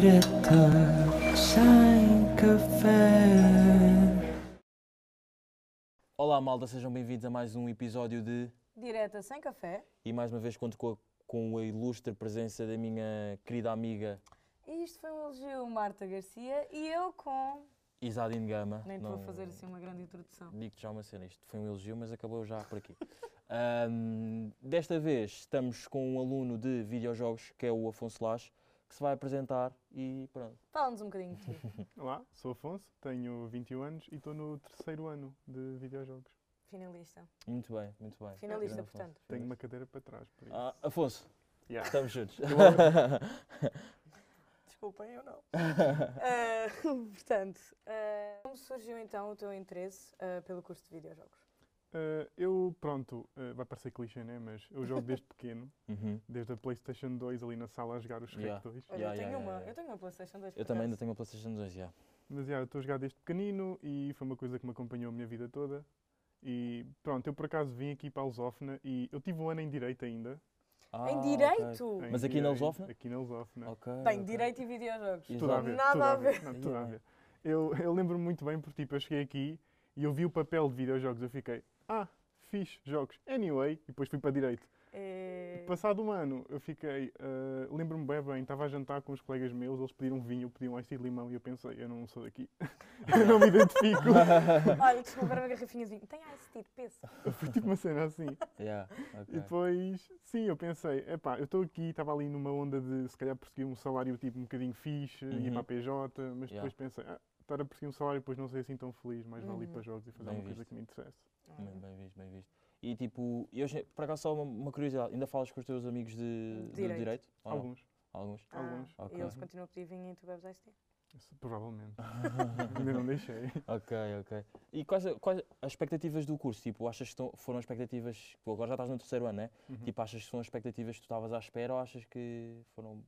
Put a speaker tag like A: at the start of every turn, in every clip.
A: Direta sem café.
B: Olá, malda, sejam bem-vindos a mais um episódio de.
C: Direta sem café.
B: E mais uma vez conto com a, com a ilustre presença da minha querida amiga
C: E isto foi um elogio, Marta Garcia, e eu com.
B: Isadine Gama.
C: Nem te
B: Não-
C: vou fazer assim uma grande introdução.
B: Digo-te já uma cena, isto foi um elogio, mas acabou já por aqui. Ahm, desta vez estamos com um aluno de videojogos, que é o Afonso Lage, que se vai apresentar e pronto.
C: Fala-nos um bocadinho de ti.
D: Olá, sou Afonso, tenho 21 anos e estou no terceiro ano de videojogos.
C: Finalista.
B: Muito bem, muito bem.
C: Finalista,
B: Afonso.
C: portanto.
D: Tenho uma cadeira para trás, por isso.
B: Ah, Afonso,
D: Yeah.
B: estamos juntos.
C: Desculpem, eu não. Ah, portanto, ah, como surgiu então o teu interesse ah, pelo curso de videojogos?
D: Ah, eu, pronto, ah, vai parecer clichê, né? Mas eu jogo desde pequeno,
B: Uhum.
D: desde a PlayStation 2 ali na sala a jogar os Shrek
B: Yeah.
D: 2.
C: Olha,
B: Yeah,
C: eu tenho
B: yeah,
C: uma,
B: yeah, yeah.
C: eu tenho uma PlayStation 2.
B: Eu também ainda tenho uma PlayStation 2, já.
D: Mas yeah, eu estou a jogar desde pequenino e foi uma coisa que me acompanhou a minha vida toda. E pronto, eu por acaso vim aqui para a Lusófona e eu tive um ano em direito ainda.
B: Ah,
C: Em
B: ok.
C: direito!
D: em
B: Mas aqui na
D: direito-
B: Lusófona?
D: Aqui na Lusófona.
B: Ok,
C: Tenho
B: ok.
C: direito e videojogos.
B: Exato.
D: Tudo a ver.
C: Nada
D: tudo
C: a
D: a ver.
B: ver.
D: não, tudo a ver. Eu, eu lembro-me muito bem, porque tipo, eu cheguei aqui e eu vi o papel de videojogos, eu fiquei, ah, fiz jogos, anyway, e depois fui para direito.
C: É...
D: Passado um ano, eu fiquei, ah, lembro-me bem bem, estava a jantar com uns colegas meus, eles pediram vinho, pediam ice de limão, e eu pensei, eu não sou daqui, eu não me identifico.
C: Olha, desculpa, era uma garrafinha de vinho. Tem ice tea de peso.
D: Foi tipo uma cena assim.
B: Yeah, ok.
D: E depois, sim, eu pensei, epá, eu estou aqui, estava ali numa onda de se calhar perseguir um salário tipo um bocadinho fixe, ir
B: Uhum.
D: para a PJ, mas
B: Yeah.
D: depois pensei, ah, estar a perseguir um salário depois não ser assim tão feliz, mais vale ir
C: Uhum.
D: para jogos e fazer
B: Bem
D: uma coisa
B: visto.
D: que me interessa.
B: Bem, bem visto, bem visto. E tipo, eu, che- por acaso só uma, uma curiosidade, ainda falas com os teus amigos de do
C: Direito.
B: direito? ou não?
D: Alguns,
B: Alguns.
C: Ah,
D: Alguns.
B: Ok.
C: E eles continuam a pedir vinho e tu bebes ice tea.
D: Isso, provavelmente. Ainda não deixei.
B: Ok, ok. E quais, a- quais as expectativas do curso? Tipo, achas que estão- foram expectativas. Tu agora já estás no terceiro ano, né?
D: Uhum.
B: Tipo, achas que são expectativas que tu estavas à espera ou achas que foram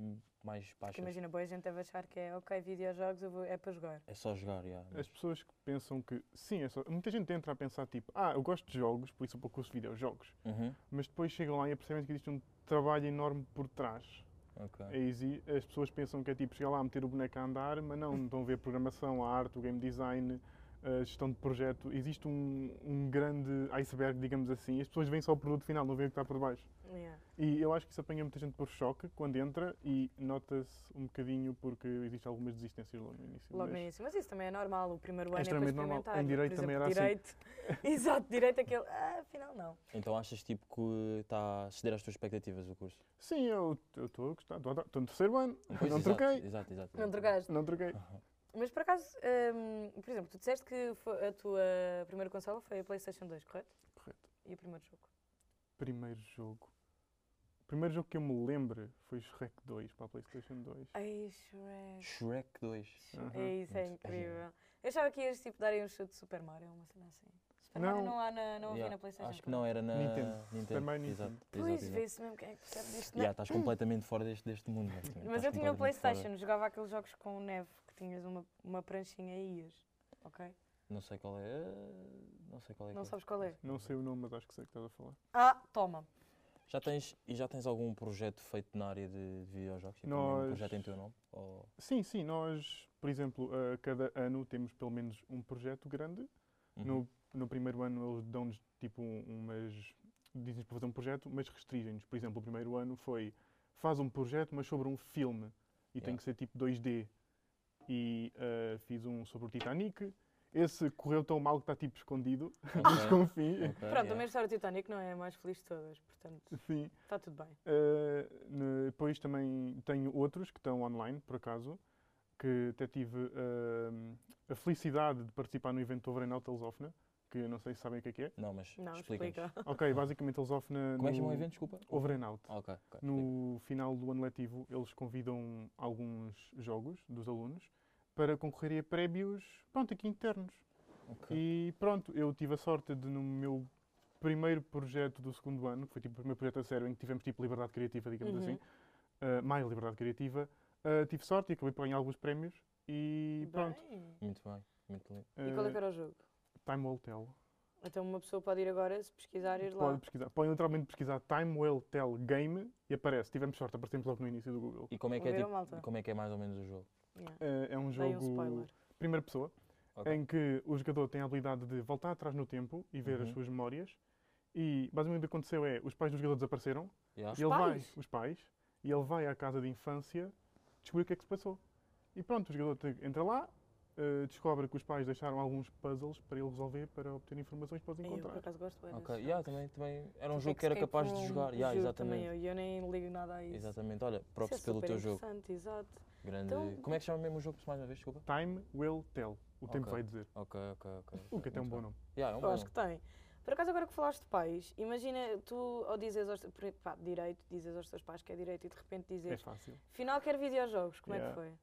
B: hum, mais
C: Porque
B: baixas?
C: imagina, boa, a gente deve achar que é ok, videojogos eu vou- é para jogar.
B: É só jogar, yeah, mas-
D: Uhum. As pessoas que pensam que, sim, é só- muita gente entra a pensar tipo, ah, eu gosto de jogos, por isso eu curso de videojogos,
B: Uhum,
D: mas depois chegam lá e percebem que existe um trabalho enorme por trás.
B: ok.
D: É easy. As pessoas pensam que é tipo chegar lá, meter o boneco a andar, mas não, estão a ver a programação, a arte, o game design, a gestão de projeto. Existe um, um grande iceberg, digamos assim. As pessoas veem só o produto final, não veem o que está por baixo.
C: Yeah.
D: E eu acho que isso apanha muita gente por choque quando entra e nota-se um bocadinho porque existe algumas desistências logo no início.
C: Logo no
D: mas-
C: início. Mas isso também é normal, o primeiro ano é, para
D: extremamente normal.
C: experimentar.
D: Em direito também era assim.
C: direito, assim. Exato, direito aquele, ah, afinal não.
B: Então achas tipo que está a ceder às tuas expectativas o curso?
D: Sim, eu eu estou a gostar. Estou estou no terceiro ano.
B: Pois,
D: não
B: exato,
D: troquei.
B: Exato, exato.
C: Não
D: Uhum.
B: exato.
C: drogaste.
D: Não troquei.
C: Mas por acaso, hum, por exemplo, tu disseste que fo- a tua primeira consola foi a Playstation 2, correto?
D: Correto.
C: E o primeiro jogo?
D: Primeiro jogo. Primeiro jogo que eu me lembro foi Shrek 2 para a PlayStation 2.
C: Ai, Shrek.
B: Shrek 2.
D: Aham.
C: É isso, é
B: Muito
C: incrível. Eu achava que ias tipo, darem um chute de Super Mario, uma cena assim. Super Mario não, há na, não havia
B: Yeah,
C: na Playstation.
B: Acho que
D: é
B: não, era na
D: Nintendo.
B: Nintendo.
D: Também
B: exato,
D: Nintendo.
B: exato,
C: Pois,
B: exato.
C: vê-se mesmo quem é que percebe disto.
B: Yeah, estás completamente fora deste, deste mundo. né? Estás
C: Mas eu tinha o
B: completamente fora.
C: Playstation, jogava aqueles jogos com neve, que tinhas uma, uma pranchinha e ias, ok?
B: Não sei qual é. Não sei qual é.
C: Não
B: que é.
C: sabes qual é?
D: Não sei o nome, mas acho que sei o que estás a falar.
C: Ah, toma.
B: Já tens, e já tens algum projeto feito na área de, de videojogos? Tipo, um
D: Nós-
B: projeto em teu nome? Ou...
D: Sim, sim, nós, por exemplo, a cada ano temos pelo menos um projeto grande.
B: Uhum.
D: No, no primeiro ano eles dão-nos tipo um- umas. dizem-nos para fazer um projeto, mas restringem-nos. Por exemplo, o primeiro ano foi faz um projeto, mas sobre um filme. E tem
B: Yeah.
D: que ser tipo 2D. E ah, fiz um sobre o Titanic. Esse correu tão mal que está tipo escondido nos
B: Ok,
D: confins.
B: Ah. ok,
C: Pronto,
B: yeah.
C: a minha história do Titanic não é a mais feliz de todas, portanto,
D: Sim.
C: está tudo bem.
D: Uh, ne- depois também tenho outros que estão online, por acaso, que até tive uh, a felicidade de participar no evento Overenout Telesófona, que eu não sei se sabem o que é que é.
B: Não, mas
C: Não,
B: explica-nos.
C: explica.
D: Ok, basicamente Telesófona.
B: Como é que chama o
D: no-
B: evento? Desculpa.
D: Overenout.
B: Ah, ok. ok, explica.
D: No final do ano letivo, eles convidam alguns jogos dos alunos para concorrer a prémios, pronto, aqui internos.
B: Ok.
D: E pronto, eu tive a sorte de no meu primeiro projeto do segundo ano, que foi tipo o primeiro projeto a sério em que tivemos tipo liberdade criativa, digamos
C: Uhum.
D: assim, ah, mais liberdade criativa, ah, tive sorte e acabei por ganhar alguns prémios e pronto.
C: Bem.
B: Muito bem, muito lindo.
C: E qual é
D: ah,
C: que era o jogo?
D: Time will tell.
C: Então uma pessoa pode ir agora, se pesquisar, ir lá.
D: Podem pesquisar. Podem literalmente pesquisar Time Will Tell Game e aparece. Tivemos sorte, aparecemos logo no início do Google.
B: E como é que é,
C: Ouviram,
B: tipo,
C: malta?
B: como é que é mais ou menos o jogo?
C: Yeah.
D: Eh, é
C: Dei
D: um
C: um
D: jogo
C: spoiler.
D: primeira pessoa,
B: Ok.
D: em que o jogador tem a habilidade de voltar atrás no tempo e ver as
B: Uhum.
D: suas memórias. E basicamente o que aconteceu é os pais do jogador desapareceram
B: Yeah.
D: e ele
C: pais?
D: vai, os pais, e ele vai à casa de infância descobrir o que é que se passou. E pronto, o jogador te- entra lá, eh, descobre que os pais deixaram alguns puzzles para ele resolver, para obter informações para os
C: Ei, Eu, por
D: encontrar.
C: acaso, gosto bué
B: Ok,
C: desses
B: yeah,
C: jogos.
B: também, também era um
C: Tipo
B: jogo que era
C: escape
B: capaz de
C: room,
B: jogar. Yeah,
C: juro,
B: exatamente.
C: Também eu, eu nem ligo nada a isso.
B: Exatamente, olha,
C: Isso é
B: props pelo
C: super
B: teu jogo.
C: interessante, Exato.
B: Grande.
C: Então-
B: Como é que chama mesmo o jogo, mais uma vez? Desculpa.
D: Time will tell. O tempo
B: Ok.
D: vai dizer.
B: Ok, ok, ok.
D: O que até é um bom nome.
B: Yeah, é um
C: Eu
B: bom
C: acho
B: nome.
C: que tem. Por acaso, agora que falaste de pais, imagina tu ao dizes aos, te- por- pá, direito, dizes aos teus pais que é direito e de repente
D: É
C: dizes,
D: fácil.
C: final quero videojogos, como é que
D: Yeah.
C: foi?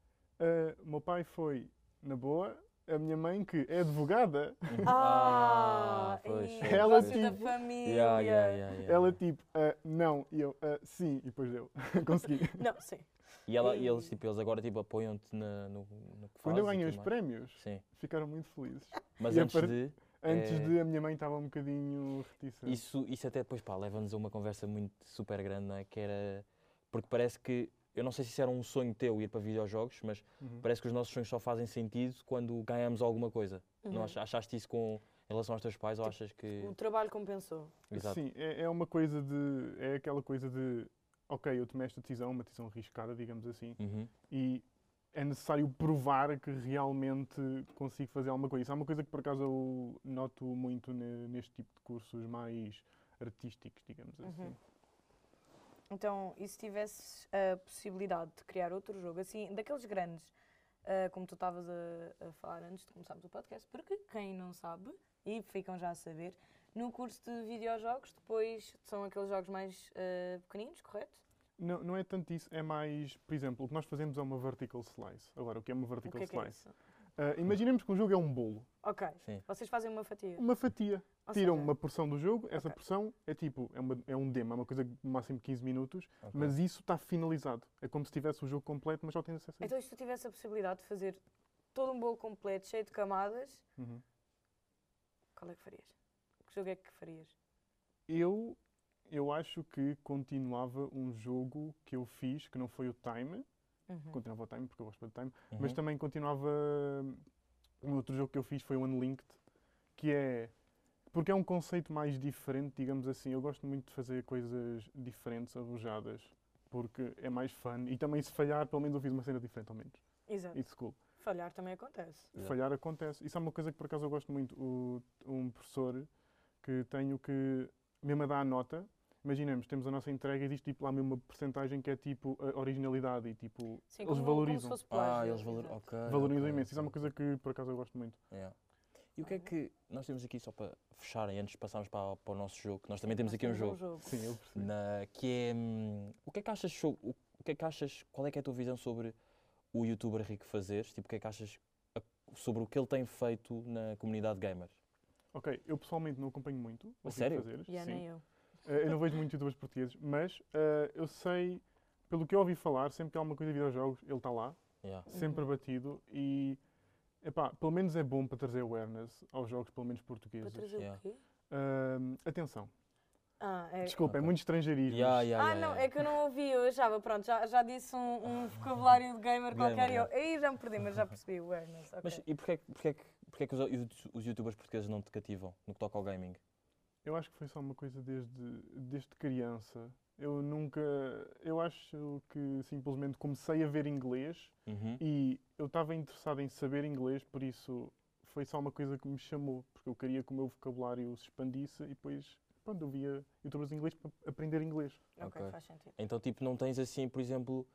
D: Ah, O meu pai foi, na boa, a minha mãe, que é advogada,
B: Uhum. Ah, pois,
C: ei,
B: pois,
D: Ela
C: negócio da
D: tive-
C: família.
B: Yeah, yeah, yeah, yeah.
D: ela tipo, ah, não, e eu, ah, sim, e depois eu consegui.
C: Não, sim.
B: E, ela, e
C: Ei.
B: eles, tipo, eles agora tipo, apoiam-te na- no, no que
D: Quando eu
B: fazes e
D: ganhei os
B: tudo mais.
D: prémios,
B: Sim.
D: ficaram muito felizes.
B: Mas
D: E a
B: antes
D: part-
B: de.
D: Antes
B: É.
D: de a minha mãe estava um bocadinho reticente.
B: Isso, isso até depois pá, leva-nos a uma conversa muito super grande, não é? Que era. Porque parece que. Eu não sei se isso era um sonho teu ir para videojogos, mas
D: Uhum.
B: parece que os nossos sonhos só fazem sentido quando ganhamos alguma coisa. Não
C: Uhum.
B: ach- achaste isso com, em relação aos teus pais ou
C: Tipo,
B: achas que.
C: O trabalho compensou.
B: Exato.
D: Sim, é, é uma coisa de. É aquela coisa de. Ok, eu tomei esta decisão, uma decisão arriscada, digamos assim,
B: Uhum.
D: e é necessário provar que realmente consigo fazer alguma coisa. Isso é uma coisa que, por acaso, eu noto muito ne- neste tipo de cursos mais artísticos, digamos assim.
C: Então, e se tivesses a possibilidade de criar outro jogo, assim, daqueles grandes, ah, como tu estavas a, a falar antes de começarmos o podcast, porque quem não sabe, e ficam já a saber, no curso de videojogos, depois são aqueles jogos mais ah, pequeninos, correto?
D: Não, não é tanto isso, é mais, por exemplo, o que nós fazemos é uma vertical slice. Agora, o que é uma
C: O
D: vertical
C: que é que é
D: slice?
C: isso?
D: Ah, imaginemos que um jogo é um bolo,
C: Ok,
B: Sim.
C: vocês fazem uma fatia.
D: uma fatia.
C: Ou
D: Tiram
C: seja,
D: uma porção do jogo, essa
C: Ok.
D: porção é tipo, é, uma, é um demo, é uma coisa de no máximo 15 minutos,
B: ok.
D: mas isso está finalizado. É como se tivesse o jogo completo, mas só tem acesso a isso.
C: Então, e se tu tivesse a possibilidade de fazer todo um bolo completo, cheio de camadas,
D: Uhum.
C: qual é que farias? Que jogo é que farias?
D: Eu, eu acho que continuava um jogo que eu fiz, que não foi o Time,
C: Hum.
D: continuava o Time, porque eu gosto de Time, mas
B: Uhum.
D: também continuava um outro jogo que eu fiz, foi o Unlinked, que é. Porque é um conceito mais diferente, digamos assim. Eu gosto muito de fazer coisas diferentes, arrojadas, porque é mais fun. E também se falhar, pelo menos eu fiz uma cena diferente, ao menos.
C: Exato.
D: It's cool.
C: Falhar também acontece.
B: Exato.
D: Falhar acontece. Isso é uma coisa que por acaso eu gosto muito. O- um professor que tenho que, mesmo a dar a nota, imaginemos, temos a nossa entrega e existe tipo, lá mesmo uma porcentagem que é tipo a originalidade e tipo,
C: Sim,
D: eles
C: como- Como se
D: valorizam.
C: fosse
B: Ah,
C: plágio,
B: eles valor...
C: exato.
B: ok,
D: valorizam
B: ok,
D: imenso. Isso é uma
B: ok.
D: coisa que por acaso eu gosto muito.
B: Yeah. E o que é
C: Olha.
B: que nós temos aqui, só para fecharem, antes de passarmos para, para o nosso jogo, nós também temos
C: Nós
B: aqui um jogo,
D: Sim, eu percebo.
B: na- que é, hum, o que é que achas, so- o, o que é que achas, qual é que é a tua visão sobre o youtuber Rico Fazeres, tipo, o que é que achas a- sobre o que ele tem feito na comunidade gamer?
D: Ok, eu pessoalmente não acompanho muito. o Rico
B: sério?
D: Fazeres,
C: Yeah,
D: sim.
C: nem eu.
D: Eh, eu não vejo muito youtubers portugueses, mas eh, eu sei, pelo que eu ouvi falar, sempre que há alguma coisa de videojogos, ele está lá.
B: Yeah.
D: sempre
C: Uhum.
D: abatido e epá, pelo menos é bom para trazer awareness aos jogos, pelo menos
C: Para
D: portugueses.
C: trazer
B: Yeah.
C: o quê?
D: Ahm, atenção,
C: Ah, é...
D: desculpa, é
B: Ok.
D: muito estrangeirismo.
B: Yeah, yeah,
C: ah
B: yeah,
C: não,
B: yeah.
C: é que eu não ouvi, eu achava, pronto, já, já disse um, um vocabulário de gamer
B: Gamer,
C: qualquer e eu, aí já me perdi, mas já percebi, awareness, ok.
B: Mas e porquê, é que- porquê, é que- porquê é que os, os- os youtubers portugueses não te cativam no que toca ao gaming?
D: Eu acho que foi só uma coisa desde, desde criança. Eu nunca, eu acho que simplesmente comecei a ver inglês
B: Uhum.
D: e eu estava interessado em saber inglês, por isso foi só uma coisa que me chamou, porque eu queria que o meu vocabulário se expandisse e depois, pronto, eu via youtubers em inglês para aprender inglês.
C: ok,
B: ok.
C: faz sentido.
B: Então, tipo, não tens assim, por exemplo,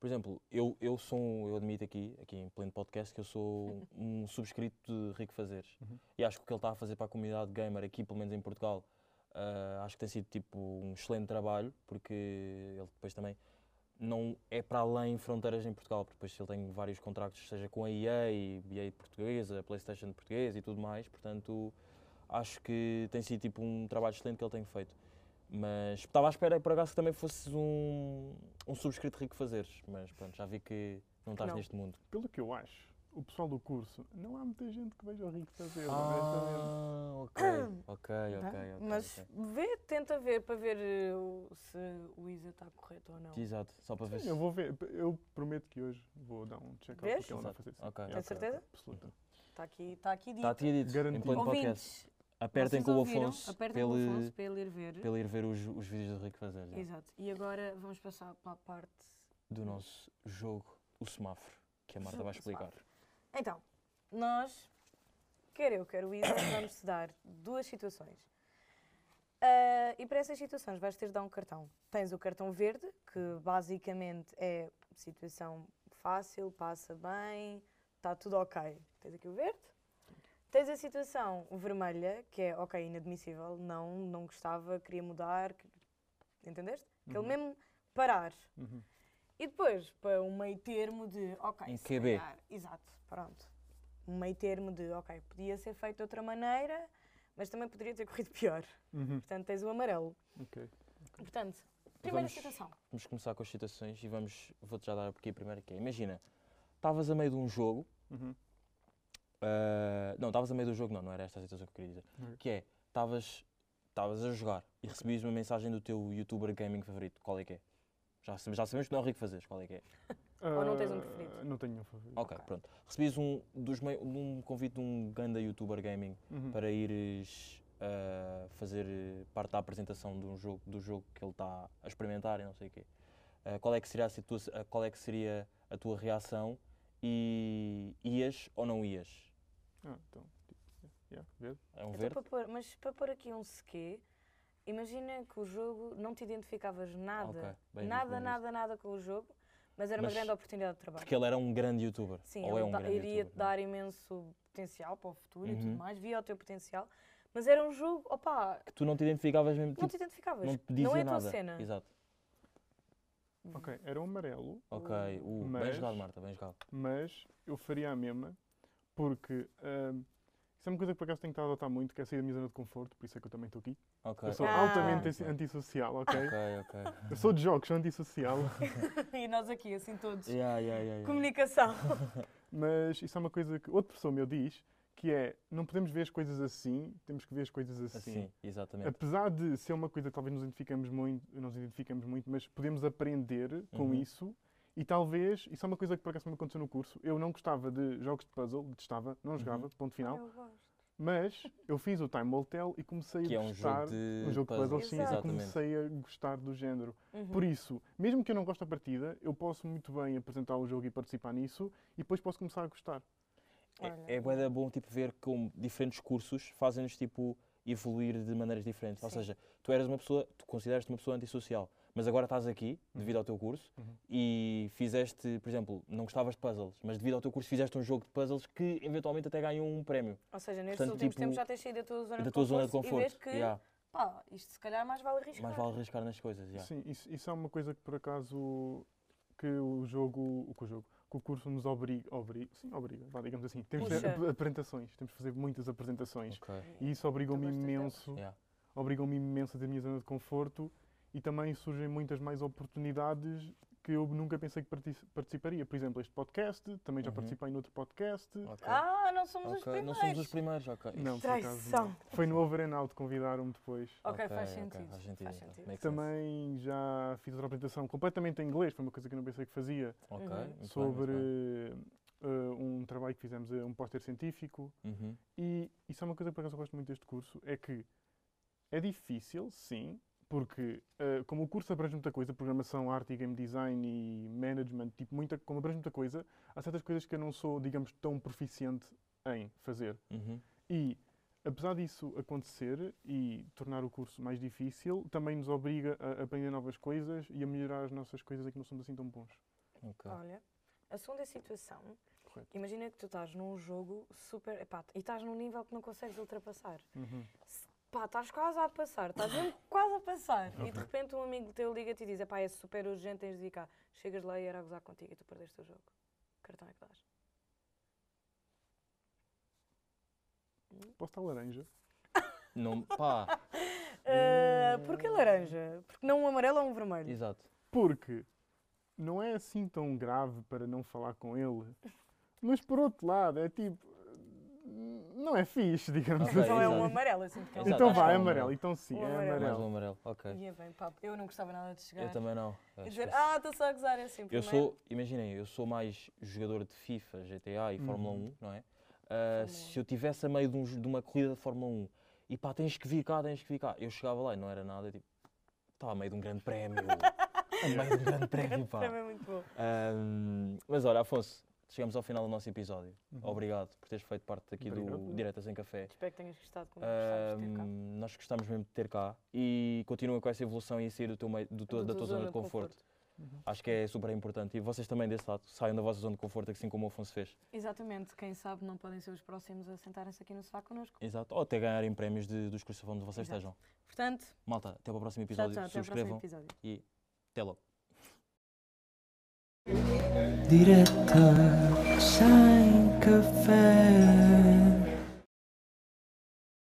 B: por exemplo, eu, eu sou, um- eu admito aqui, aqui em pleno podcast, que eu sou um subscrito de Rico Fazeres.
D: Uhum.
B: E acho que o que ele está a fazer para a comunidade gamer aqui, pelo menos em Portugal, ah, acho que tem sido tipo um excelente trabalho, porque ele depois também não é para além fronteiras em Portugal, porque depois ele tem vários contratos, seja com a EA, e EA portuguesa, PlayStation portuguesa e tudo mais, portanto acho que tem sido tipo um trabalho excelente que ele tem feito. Mas estava à espera por acaso que também fosses um, um subscrito rico fazeres, mas pronto, já vi que não estás
C: Não.
B: neste mundo.
D: Pelo que eu acho, o pessoal do curso, não há muita gente que veja o Rico fazer, honestamente.
B: Ah, ok, ok, ok. ok,
C: Tá. Mas
B: ok.
C: vê, tenta ver para ver eh, o- se o Isa está correto ou não.
B: Exato, só para ver se.
D: Eu vou ver, eu prometo que hoje vou dar um check-up
C: Vês?
D: porque ele vai
B: Exato.
D: fazer isso.
B: Ok,
D: Yeah,
B: ok,
C: Tem certeza?
D: Absoluta.
C: Está aqui, está aqui dito.
B: Está aqui dito, em
D: Garantido.
B: pleno podcast.
C: Ouvintes,
B: Apertem
C: vocês
B: com o
C: ouviram?
B: Afonso
C: Apertem
B: pelo,
C: com o Afonso para ele ir ver.
B: pelo ir ver os, os vídeos do Rico fazer já.
C: Exato. E agora vamos passar para a parte.
B: do nosso jogo, o semáforo, que a Marta vai explicar.
C: Então, nós, quer eu, quer o Isa, vamos te dar duas situações. Ah, e para essas situações vais ter de dar um cartão. Tens o cartão verde, que basicamente é situação fácil, passa bem, está tudo ok. Tens aqui o verde. Tens a situação vermelha, que é ok, inadmissível, não, não gostava, queria mudar, que- entendeste? Aquele
D: Uhum.
C: mesmo parar.
D: Uhum.
C: E depois, para um meio termo de, ok,
B: Um
C: se
B: QB.
C: calhar- exato, pronto. Um meio termo de, ok, podia ser feito de outra maneira, mas também poderia ter corrido pior.
D: Uhum.
C: Portanto, tens o amarelo.
D: Ok.
C: Portanto, primeira
B: Vamos- um
C: situação.
B: Vamos começar com as citações e vamos, vou-te já dar aqui a primeira que é. Imagina, estavas a meio de um jogo,
D: Uhum.
B: ah, não, estavas a meio do jogo, não, não era esta a citação que eu queria dizer,
D: Ok.
B: que é, estavas estavas a jogar e recebias uma mensagem do teu youtuber gaming favorito, qual é que é? Já, sabe- já sabemos que não é o Rico Fazeres, qual é que é?
C: Ou não tens um
D: Ah,
C: preferido?
D: Não tenho um favorito.
B: Ok, pronto. Recebias um, dos mei- um convite de um ganda youtuber gaming
C: Hum.
D: Uhum.
B: para ires ah, fazer eh, parte da apresentação de um jogo, do jogo que ele está a experimentar e não sei o quê. Ah, qual, é que seria a situa- ah, qual é que seria a tua reação e ias ou não ias?
D: Ah, então. tipo, Yeah, verde.
B: É um
C: Então,
B: verde?
C: para pôr- mas para pôr aqui um sequê, imagina que o jogo não te identificavas nada,
B: Ok, bem visto, bem
C: nada,
B: visto.
C: nada, nada com o jogo, mas era
B: Mas-
C: uma grande oportunidade de trabalho.
B: Porque ele era um grande youtuber.
C: Sim,
B: ou
C: ele
B: é um
C: da-
B: grande
C: iria te
B: youtuber. não é?
C: dar imenso potencial para o futuro e
B: Uhum.
C: tudo mais, via o teu potencial, mas era um jogo, opá,
B: Que tu não te identificavas mesmo,
C: não
B: tipo,
C: te identificavas,
B: não te dizia
C: não é a tua
B: nada.
C: cena.
B: Exato.
D: Ok, era um amarelo,
B: Ok, uh, bem
D: Mas-
B: jogado, Marta, bem jogado.
D: mas eu faria a mesma, porque ah, isso é uma coisa que por acaso tenho que adotar muito, que é sair da minha zona de conforto, por isso é que eu também estou aqui.
B: Ok.
D: Eu sou
C: Ah.
D: altamente
B: Ok,
D: antissocial, ok?
B: Ok, ok.
D: Eu sou de jogos, sou antissocial,
C: E nós aqui, assim todos.
B: Yeah, yeah, yeah, yeah.
C: Comunicação.
D: mas isso é uma coisa que outra pessoa meu diz, que é, não podemos ver as coisas assim, temos que ver as coisas assim.
B: Assim, exatamente.
D: Apesar de ser uma coisa que talvez nos identificamos muito, nos identificamos muito, mas podemos aprender com
B: Uhum.
D: isso. E talvez, isso é uma coisa que por acaso me aconteceu no curso, eu não gostava de jogos de puzzle, detestava, não
B: Uhum.
D: jogava, ponto final.
C: Eu gosto.
D: Mas eu fiz o Time Will Tell e comecei
B: Que é
D: a
B: um
D: gostar.
B: jogo de
D: um jogo de puzzle,
B: puzzles,
D: sim, e
C: Exato.
B: exatamente.
D: comecei a gostar do género.
C: Uhum.
D: Por isso, mesmo que eu não goste da partida, eu posso muito bem apresentar o jogo e participar nisso, e depois posso começar a gostar.
C: Olha.
B: É, é bué da bom tipo, ver como diferentes cursos fazem-nos tipo, evoluir de maneiras diferentes. Ou
C: Sim.
B: seja, tu eras uma pessoa, tu consideras-te uma pessoa antissocial, mas agora estás aqui devido ao teu curso
D: Uhum.
B: e fizeste, por exemplo, não gostavas de puzzles, mas devido ao teu curso fizeste um jogo de puzzles que eventualmente até ganhou um prémio
C: Ou seja, nestes
B: Portanto,
C: últimos
B: tipo,
C: tempos já tens saído da tua
B: da
C: zona, de,
B: tua
C: conforto
B: zona de
C: e vês
B: conforto.
C: que,
B: Yeah.
C: pá, isto se calhar mais vale arriscar.
B: Mais vale arriscar nas coisas. yeah.
D: Sim, isso, isso é uma coisa que por acaso que o jogo, o que o jogo, que o curso nos obriga, obriga sim, obriga, vá, digamos assim, temos de
C: Puxa.
D: ap- apresentações, temos de fazer muitas apresentações.
B: Ok.
D: E isso obrigou-me
C: gosto delas.
D: imenso
B: Yeah.
D: obrigam-me imenso da minha zona de conforto e também surgem muitas mais oportunidades que eu nunca pensei que partici- participaria. Por exemplo, este podcast, também já
B: Uhum.
D: participei noutro podcast.
B: ok.
C: Ah, não somos os
B: Ok,
C: primeiros.
B: Não somos os primeiros, ok.
D: Não, por acaso
C: Traição.
D: não. Foi no Over and Out, convidaram-me depois.
C: Ok, faz
B: ok,
C: sentido.
B: Faz sentido.
C: Faz
B: então.
C: sentido.
B: Makes sense.
D: Também já fiz outra apresentação completamente em inglês, foi uma coisa que eu não pensei que fazia,
B: Ok,
C: Uhum.
B: muito bem, muito
D: sobre
B: bem.
D: eh, um trabalho que fizemos, eh, um póster científico.
B: Uhum.
D: E isso é uma coisa que por acaso eu gosto muito deste curso, é que é difícil, sim, porque ah, como o curso abrange muita coisa, programação, arte e game design e management, tipo, muita, como abrange muita coisa, há certas coisas que eu não sou, digamos, tão proficiente em fazer.
B: Uhum.
D: E apesar disso acontecer e tornar o curso mais difícil, também nos obriga a aprender novas coisas e a melhorar as nossas coisas em que não somos assim tão bons.
B: Ok.
C: Olha, a segunda situação,
D: Correto.
C: imagina que tu estás num jogo super. Epá, e estás num nível que não consegues ultrapassar. Pá, estás quase a passar, estás mesmo quase a passar. E de repente um amigo teu liga-te e diz: Epá, é super urgente, tens de ir cá. Chegas lá e era a gozar contigo e tu perdeste o jogo. Que Cartão é que dás.
D: Posso estar laranja?
B: Não, pá,
C: Ah,
B: Uh.
C: porque laranja? Porque não um amarelo ou um vermelho?
B: exato.
D: Porque não é assim tão grave para não falar com ele, Mas por outro lado, é tipo. Não é fixe, digamos
B: Ok,
D: assim.
C: Então é um
B: exato.
C: amarelo, assim, porque é um
B: Exato,
D: Então
B: acho que
D: vai,
B: é um
D: amarelo.
B: amarelo.
D: Então sim,
C: Um
D: é
C: amarelo.
B: Mais um
D: amarelo.
B: amarelo, ok.
C: Ia bem, papo. Eu não gostava nada de chegar.
B: Eu também não.
C: E
B: Acho
C: dizer,
B: que-
C: ah, estou só a gozar assim.
B: Eu
C: primeiro.
B: sou, imaginem, eu sou mais jogador de FIFA, GTA
D: Uhum.
B: e Fórmula 1, não é? Ah,
C: Fórmula um.
B: se eu tivesse a meio de, um jo- de uma corrida de Fórmula 1 e pá, tens que vir cá, tens que vir cá, eu chegava lá e não era nada, tipo, estava a meio de um grande prémio. a meio de um grande prémio, pá.
C: Também é muito bom.
B: Ahm, mas olha, Afonso, chegamos ao final do nosso episódio. Obrigado por teres feito parte aqui do
D: Uhum. Obrigado.
B: Diretas em Café.
C: Espero que tenhas gostado como gostávamos de ter cá.
B: Ahm, nós gostamos mesmo de ter cá e continua com essa evolução e a sair do teu meio- do teu-
C: Do
B: da
C: teu
B: tua zona de conforto. Acho que é super importante. E vocês também desse lado, saiam da vossa zona de conforto, assim como o Afonso fez.
C: Exatamente, quem sabe não podem ser os próximos a sentarem-se aqui no sofá connosco.
B: Exato. Ou até ganharem prémios de- dos cursos onde vocês
C: Exato.
B: estejam.
C: Portanto,
B: Malta, até para o próximo
C: tchau,
B: episódio.
C: tchau, até ao
B: Subscrevam
C: próximo episódio.
B: e até logo.
A: Direta sem café.